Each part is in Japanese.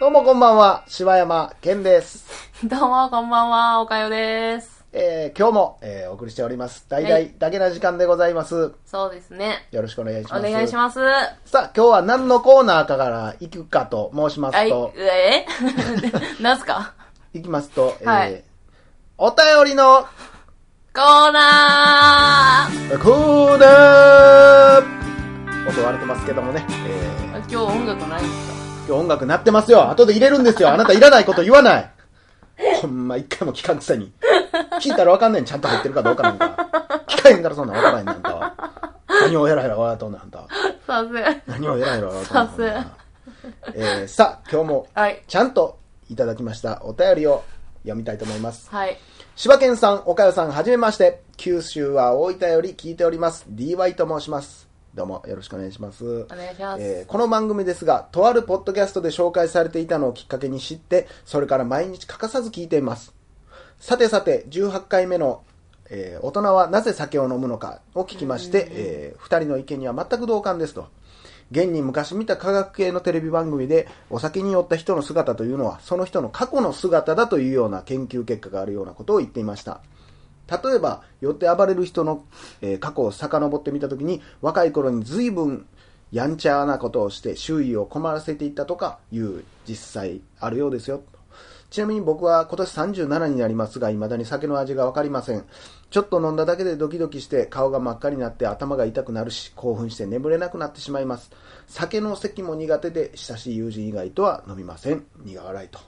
どうもこんばんは、柴山健です。 どうも、こんばんは、おかよです。えー、今日も、えー、お送りしております。大は々いだけな時間でございます。そうですね。よろしくお願いしまおす。願いします。す。さあ、今日は何のコーナーかから行くかと申しまあすいと、、え なんすか行きますと、えーはいお便りのコーナーコーナー音割れてますけどもね、えー、今日音楽ないんです今日音楽鳴ってますよ。後で入れるんですよ。あなたいらないこと言わない。ほんま、一回も聞かんくせに。聞いたらわかんないんちゃんと入ってるかどうかなんか。聞かへんからそんなんわからへんねんあんたは。何をえらいら笑うとんねんあんたは。かさす何をえらいら笑うとんねんほんまさえーさあ、今日もはい。ちゃんといただきましたお便りを読みたいと思います。はい。柴犬さん、岡代さん、はじめまして。九州は大分より聞いております。DY と申します。どうもよろしくお願いします。お願いします。えーこの番組ですが、とあるポッドキャストで紹介されていたのをきっかけに知って、それから毎日欠かさず聞いています。さてさて、18回目の、えー大人はなぜ酒を飲むのかを聞きまして、え2人の意見には全く同感ですと。現に昔見た科学系のテレビ番組で、お酒に酔った人の姿というのは、その人の過去の姿だというような研究結果があるようなことを言っていました。例えば寄って暴れる人の、えー過去を遡ってみた時に若い頃に随分やんちゃなことをして周囲を困らせていったとかいう実際あるようですよちなみに僕は今年37になりますが未だに酒の味が分かりませんちょっと飲んだだけでドキドキして顔が真っ赤になって頭が痛くなるし興奮して眠れなくなってしまいます酒の席も苦手で親しい友人以外とは飲みません苦笑いと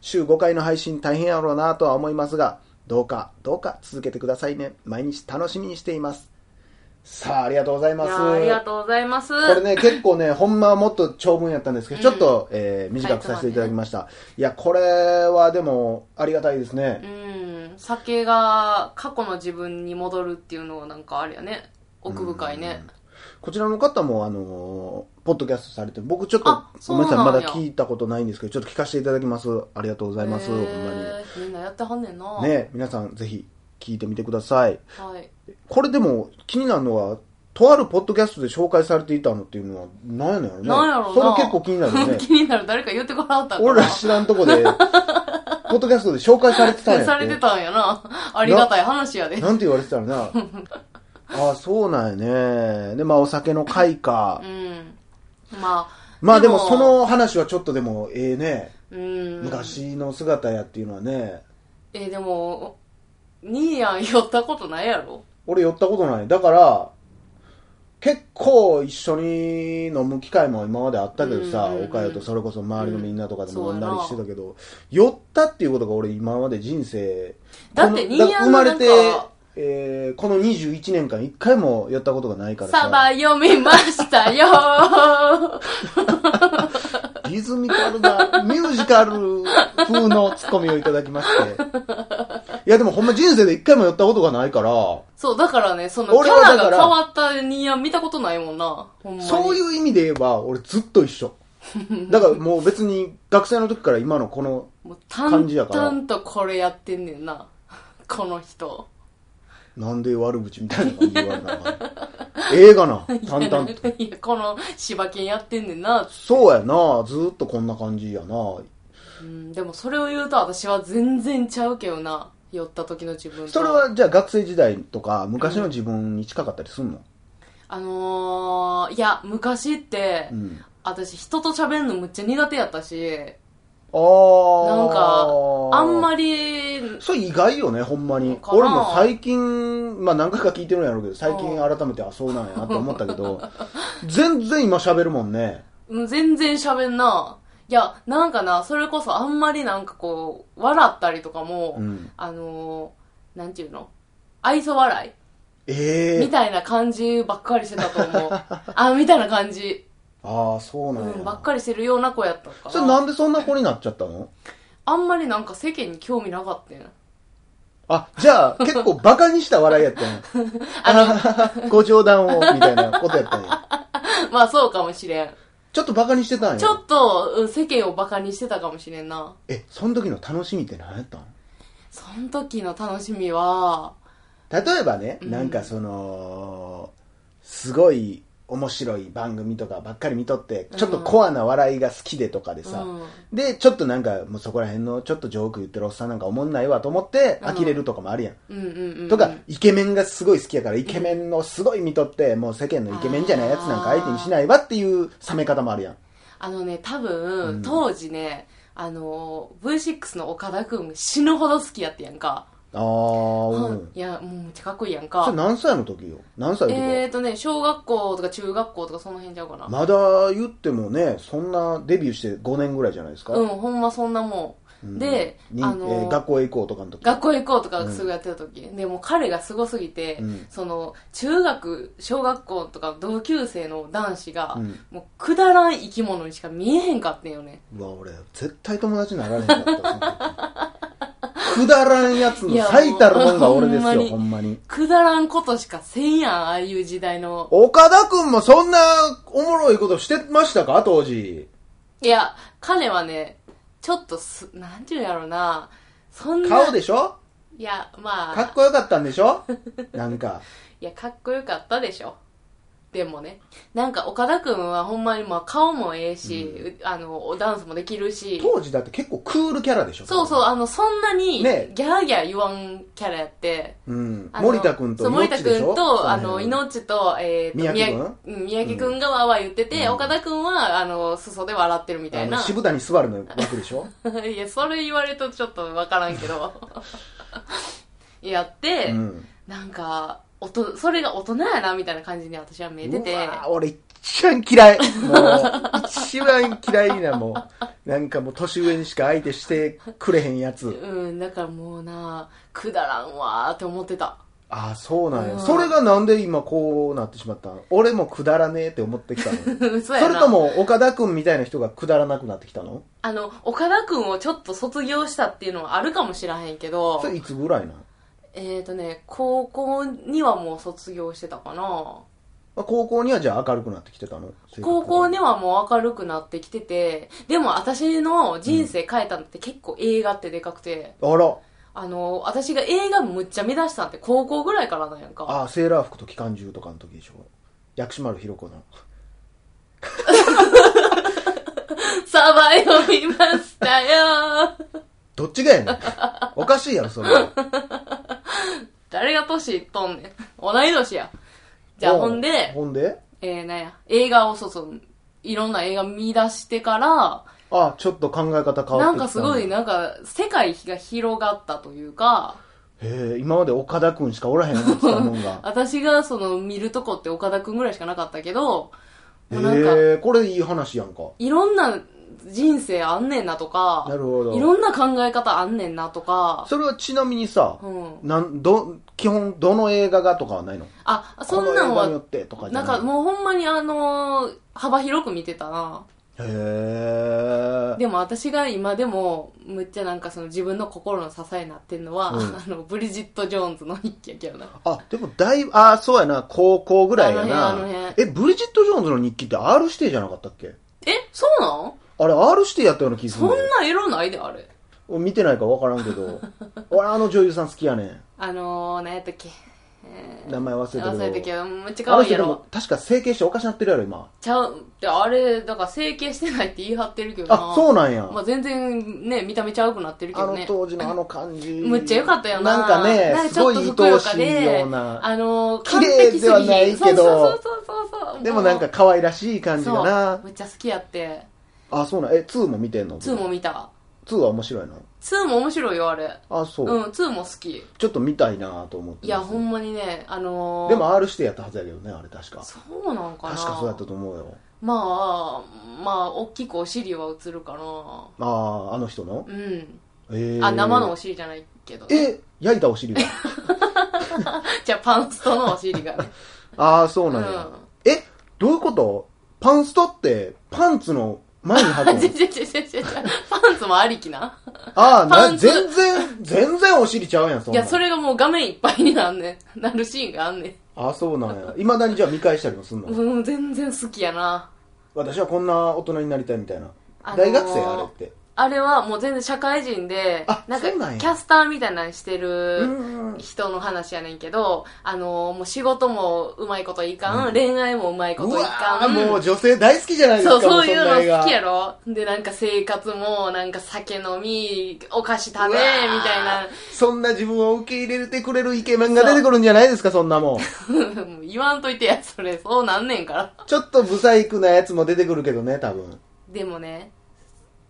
週5回の配信大変やろうなとは思いますがどうかどうか続けてくださいね毎日楽しみにしていますさあありがとうございまいすやーありがとうございます。これね結構ねほんまはもっと長文やったんですけど、ちうんょっと、えー短くさせていただきました、いやこれはでもありがたいですね、うん。酒が過去の自分に戻るっていうのはなんかあれやね。奥深いね。こちらの方もあのーポッドキャストされて僕ちょっとあごめんなさいそうまなんやだ聞いたことないんですけどちょっと聞かせていただきますありがとうございますへほんまーみんなやってはんねんな。に。ね皆さんぜひ聞いてみてくださいはい。これでも気になるのはとあるポッドキャストで紹介されていたのっていうのは何やねんやろねなんやろうなそれ結構気になるよね 気になる。誰か言ってこらはったんかな俺ら知らんとこ でポッドキャストで紹介されてたんやってされてたんやな。ありがたい話やで。なんて言われてたらな。 ああ、そうなんやね。で、まあ、お酒の会かう。ん。まあ。まあ、でも、そ、の話はちょっとでも、ええね。うん。。昔の姿やっていうのはね。えーでも、兄やん寄ったことないやろ俺、寄ったことない。だから、結構一緒に飲む機会も今まであったけどさ、うんうんうんおかゆとそれこそ周りのみんなとかでもう飲んんだりしてたけど、酔ったっていうことが俺今まで人生、だってこの兄や生んまのれなんてか、、えーこの21年間一回も酔ったことがないからさ。サバ読みまし たよーリズミカルな、ミュージカル風のツッコミをいただきまして。いや、でもほんま人生で一回もやったことがないから、そう、だからね、そのキ俺ャはだラからが変わった兄やん見たことないもんな。ほんまに。そういう意味で言えば、俺ずっと一緒。だからもう別に学生の時から今のこの、もう感淡じやから々とこれやってんねんな。この人。なんで悪口みたいな感じで言われたのかな映画な、淡々と。いや、この柴犬やってんねんな。そうやな、ずっとこんな感じやな。うん、でもそれを言うと私は全然ちゃうけどな。寄った時の自分と。それはじゃあ学生時代とか昔の自分に近かったりすんの、あのー、いや、昔って、うん、私人と喋るのむっちゃ苦手やったあし、あ。なんか、あんりまり、それ意外よね、ほんまに。かな俺も最近、まあ何回か聞いてるんやろうけど、最近改めて、あ、そうなんやなって思ったけど、全然今喋るもんね。うん全然喋んな。いや、なんかな、それこそあんまりなんかこう、笑ったりとかも、うん。あのー、なんていうの愛想笑いええみたいな感じばっかりしてたと 思う。あ、みたいな感じ。ああ、そうなんや。うん、ばっかりしてるような子やったから。それなんでそんな子になっちゃったのあんまりなんか世間に興味なかったんやあ、じゃあ、結構バカにした笑いやったんや。 あの、 ご冗談を、みたいなことやったんや。まあそうかもしれん。ちょっとバカにしてたんや。ちょっと、うん世間をバカにしてたかもしれんな。え、その時の楽しみって何やったんその時の楽しみは、例えばね、うんなんかそのすごい面白い番組とかばっかり見とって、ちょっとコアな笑いが好きでとかでさ、うんで、ちょっとなんか、もうそこら辺のちょっとジョーク言ってるおっさんなんか思んないわと思って、うん呆れるとかもあるやん。うんうんうんとか、イケメンがすごい好きやから、イケメンのすごい見とって、もう世間のイケメンじゃないやつなんか相手にしないわっていう冷め方もあるやん。あのね多う分、ん当時ねあの V6 の岡田君死ぬほど好きやってやんか、あー、ううんん。いやもうめっちゃかっこいいやそんれか何歳の時よ何歳の時えーとね小学校とか中学校とかその辺ちゃうかな、まだ言ってもね、そんなデビューして5年ぐらいじゃないですか。うんほんまそんなもん、うんで、にあのえー学校へ行こうとかの時。学校行こうとかすぐやってた時、でもう彼がすごすぎて、うんその中学小学校とか同級生の男子が、うんもうくだらん生き物にしか見えへんかったんよねうわ、俺、絶対友達になられへんかったその時。くだらんやつの最たるもんが俺ですいやもよ、うほんまに。くだらんことしかせんやんああいう時代の岡田くんもそんなおもろいことしてましたか当時。いや彼はねちょっとすなんていうんやろなそんな顔でしょいやまあかっこよかったんでしょなんか。いやかっこよかったでしょでもねなんか岡田君はほんまにまあ顔もええし、あのダンスもできるし当時だって結構クールキャラでしょそうそう、あの、そんなに、ギねャーギャー言わんキャラやって、う。うんあ。の森田くんとそう森命田でし君ょと、あの、そ辺命と、えーと、三宅君宮うん三宅君がわーわー言ってて、うん岡田君は、あの、裾で笑ってるみたあいのな。渋谷すばるの枠でしょ いや、それ言われるとちょっとわからん けど。やって、うん。なんか、おと、それが大人やな、みたいな感じに私は見えててう。わ俺一番嫌い。もう、一番嫌いな、もう。なんかもう年上にしか相手してくれへんやつ。うん、だからもうな、くだらんわーって思ってた。 ああ、そうなんや。うんそれがなんで今こうなってしまったん俺もくだらねえって思って きたの。嘘やそな。れとも岡田くんみたいな人がくだらなくなってきたのあの、岡田くんをちょっと卒業したっていうのはあるかもしらへんけどそ、れいつぐらいなんえっ、ー、とね、高校にはもう卒業してたかな。まあ高校にはじゃあ明るくなってきてたの高校にははもう明るくなってきてて、でも私の人生変えたのって結構映画ってでかくて、あらあの、私が映画むっちゃ見出したんって高校ぐらいからなんやんか。あセーラー服と機関銃とかの時でしょ薬師丸ひろ子のサバイを見ましたよどっちがや ねんおかしいやろそれは誰が年いっとんねん。同い年や。じゃあおうほんで、ほんでえー、なんや、映画をそうそう、いろんな映画見出してから、あちょっと考え方変わっなてきたんかすごい、ななんか、世界が広がったというか、へえ今まで岡田くんしかおら へん思ってたもんが私がその見るとこって岡田くんぐらいしかなかったけど、へもうなんか、えこれいい話やんかいろんな人生あんねんなとか、なるほいどろんな考え方あんねんなとか、それはちなみにさ、うん。なんど基本どの映画がとかはないのあ、そんなんこの映画によはっ、てとかじなゃんないかもうほんまにあのー幅広く見てたな。へえでも私が今でも、むっちゃなんかその自分の心の支えになってんのは、うんあの、ブリジット・ジョーンズの日記やけどな。あ、でもだいぶ、あ、そうやな、高校ぐらいやあのな辺あの。え、ブリジット・ジョーンズの日記って R 指定じゃなかったっけえ、そうなんあれ R 指定やったような気すそるんねな色ないで、あれ。見てないから分からんけ ど。俺あの女優さん好きやねん。あのー、何やったっけ、えー名前忘れたけど。忘れたけど、めっちあゃ可の愛い人やでろも。確か整形しておかしなってるやろ、今。ちゃうって、あれ、だから整形してないって言い張ってるけどな。あ、そうなんや。まあ全然ね、見た目ちゃうくなってるけあどのね。当時のあの感じ。むっちゃ良かったよな。なんかねなん、かすちょごっいとふく愛よおしかいよで、うな。あのー、綺麗ではないけど完璧すぎひんそうそうそうそうそう。でもなんか可愛らしい感じそだう、な。むっちゃ好きやって。あ、そうなん。え、2も見てんの2も見た。 2は面白いの2も面白いよ、あれ。あ、そうう。ん、2も好き。ちょっと見たいなと思ってます。いや、ほんまにね、あのー、でも R してやったはずやけどねあれ確かそうなんかな。確かそうやったと思うよまあ、まあ、大きくお尻は映るかな。あああの人の、うん。えーあ、生のお尻じゃないけど、ね。え焼いたお尻が じゃあ、パンストのお尻がね。ああ そうなんや、えどういうことパンストってパンツの前に履あ、くちょのちょちょちょちょパンツもありきな。ああパなンツ全然全然お尻ちゃうやんそんいなんや、それがもう画面いっぱいになんねん。 なるシーンがあんねああそうなんやいまだにじゃあ見返したりもすんん。の、うん、全然好きやな。私はこんな大人になりたいみたいな、あのー大学生あれってあれはもう全然社会人であ、なんそうなんかやキャスターみたいなのしてうるんうん人の話やねんけど、あの、もう仕事もうまいこといかん、うん恋愛もうまいこうといかわん。ーもう女性大好きじゃないですかそう、そういうもんな映の画好きやろで、なんか生活も、なんか酒飲み、お菓子食べ、うみわたーいな。そんな自分を受け入れてくれるイケメンが出てくるんじゃないですかそんなもん もう言わんといてや、それ、そうなんねんから。ちょっとブサイクなやつも出てくるけどね多分でもね、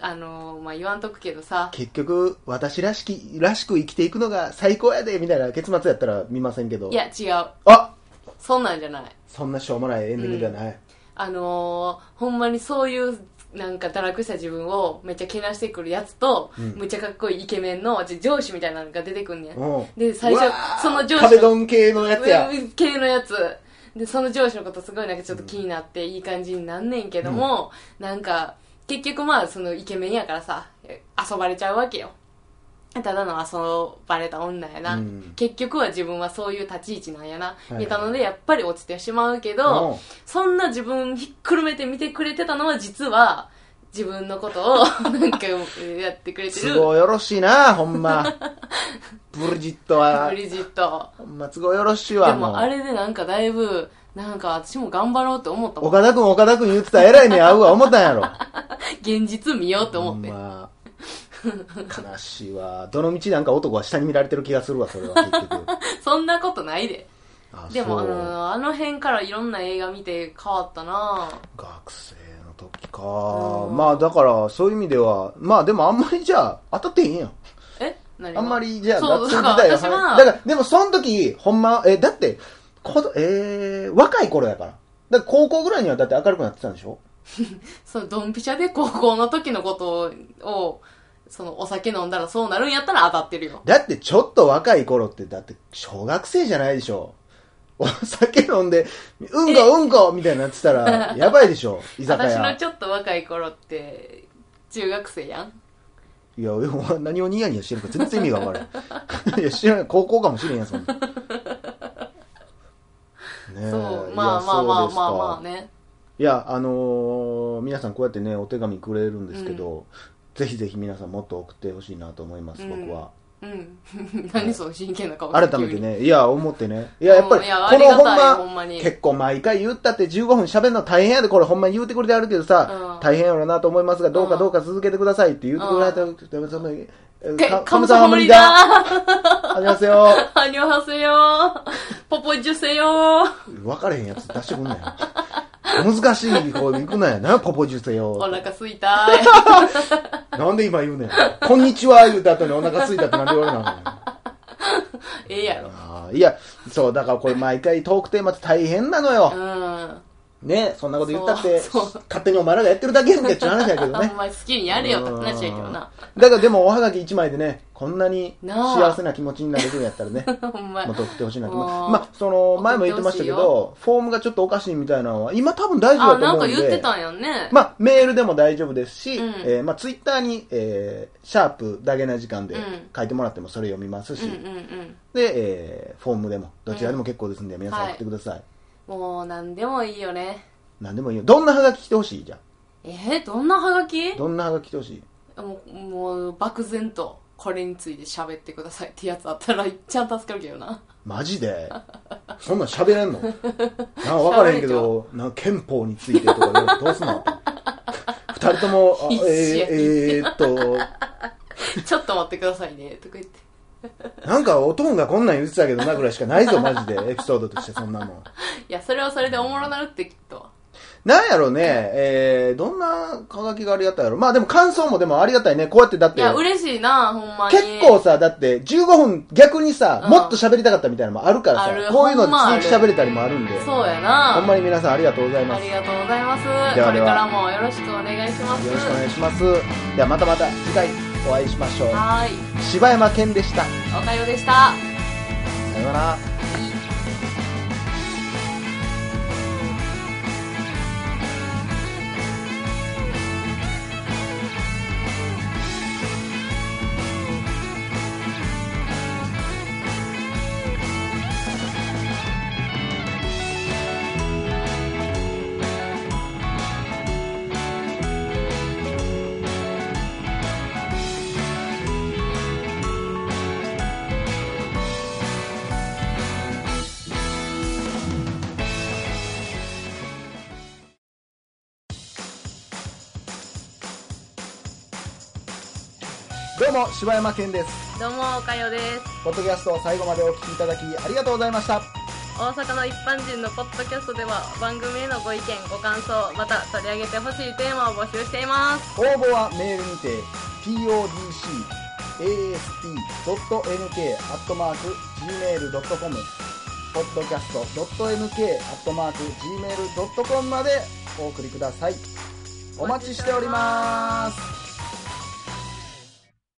あのーまあ、言わんとくけどさ、結局私らしきらしく生きていくのが最高やでみたいな結末やったら見ませんけどいや、違う。あそんなんじゃない。そんなしょうもないエンディングじゃない、あのーほんまにそういう、なんか堕落した自分をめっちゃけなしてくるやつと、うんむっちゃかっこいいイケメンのじ上司みたいなのが出てくんねん。うんで、最うわ初、ーその上壁司のドン系のやつや系のやつ。で、その上司のことすごいなんかちょっと気になっていい感じになんねんけども、なんか、結局まあそのイケメンやからさ、遊ばれちゃうわけよ。ただの遊ばれた女やな。うん結局は自分はそういう立ち位置なんやな。いはい見たのでやっぱり落ちてしまうけど、うんそんな自分ひっくるめて見てくれてたのは実は、自分のことを なんかやってくれて都る。合よろしいなほんまブリジットはブリジット。ほんま都合よろしいでわもあれでなんかだいぶ、なんか私も頑張ろうって思ったもん。岡田君岡田君言ってたらえらい目合うわ思ったんやろ現実見ようって思って。まあ、悲しいわどの道なんか男は下に見られてる気がするわそ れは結局そんなことないで。あでも、あそうの、あの辺からいろんな映画見て変わったなぁ学生の時かうんまあだからそういう意味ではまあでもあんまりじゃあ当たってへんやんえ何があんまりじゃあそう、学生時だから代は私は、だからでもその時ほんまえだってこどえー、若い頃やからだから高校ぐらいにはだって明るくなってたんでしょそう、ドンピシャで高校の時のことを、その、お酒飲んだらそうなるんやったら当たってるよ。だってちょっと若い頃ってだって小学生じゃないでしょお酒飲んで、うんこうんこみたいになってた ら、やばいでしょ居酒私の屋。ちょっと若い頃って、中学生やん。いや、お前何をニヤニヤしてるか全然意味がわからん。いや、知らない。高校かもしれんやん、そ んな。ねえそう、いまやあまあまそあうですまかあまあね。いや、あのー皆さんこうやってね、お手紙くれるんですけど、ぜひぜひ皆さんもっと送ってほしいなと思います、僕は。うん。 何その真剣な顔して改めて。ね、いや、思ってね。いや、やっぱり、うんこいやあのりがほんたいま、ほんまに結構毎回言ったって15分喋るの大変やで、これほんまに言うてくれてあるけどさ、うん大変やろなと思いますが、どうかうんどうか急に続けてくださいって言うてくれたら、けかカカムムササハハムムリリだだ。ありますよ。 안녕 하세요。ポポジュセよ。分かれへんやつ出してくんなよ。難しい方で行くなやな、ポポジュセおよ。腹す いた。なんで今言うねん。こんにちは言うた後にお腹すいたってなんで言われなあかんのええやろ。あーいや、そう、だからこれ毎回トークテーマって大変なのうよ。ん。ね、そんなこと言ったってそうそう、勝手にお前らがやってるだけやんけって話やけど あねん。まり好きにやれよって話やけど な。うん。だからでもおはがき1枚でね、こんなになあ幸せな気持ちになれるんやったら ね、ほんまもっ。と送ってほしいなと思あーう。まあ、その、前も言ってましたけど、フォームがちょっとおかしいみたいなのは、今多分大丈夫あ、だとなん思うかんで。言ってたんやんね。まあ、メールでも大丈夫ですし、うんえーまあ、ツイッターに、えーシャープだけな時間でうん書いてもらってもそれ読みますし、うんうんうん。で、えーフォームでも、どちらでも結構ですんで、皆さん送ってください。もう何でもいいよね。何でもいいよ。どんなハガキ来てほしいじゃん。えー、どんなハガキどんなハガキ来てほしいもう、もう漠然と、これについて喋ってくださいってやつあったら、いっちゃん助かるけどな。 マジでそんなん喋れんのなんか分からへんけど、なんか憲法についてとか言うのどうすんの二人とも、あ必死やえー、えーっと、ちょっと待ってくださいね、とか言って。なんかおとんがこんなん言ってたけどなぐらいしかないぞ、マジで。エピソードとしてそんなもん。いや、それはそれでおもろなるってきっと。なんやろね、えー、どんなハガキがありがたいやろ。まあでも感想もでもありがたいね。こうやってだっいて、や、嬉しいな、ほんまに。結構さ、だって15分逆にさ、うんもっと喋りたかったみたいなのもあるからあるさ、こういうのほんまあるで続き喋れたりもあるんで。そうやな。ほんまに皆さんありがとうございまあす。りがとうございます。ではこでれはからもよろしくお願いします。よろしくお願いします。ではまたまた次回お会いしましょう。は柴山健でした。ーい。おかよでした。さようなら。 「どうも、柴山健です。どうもおかよですポッドキャストを最後までお聞きいただきありがとうございました。大阪の一般人のポッドキャストでは番組へのご意見ご感想また取り上げてほしいテーマを募集しています応募はメールにて podcast.nk.gmail.com podcast.nk.gmail.com までお送りくださいお待ちしております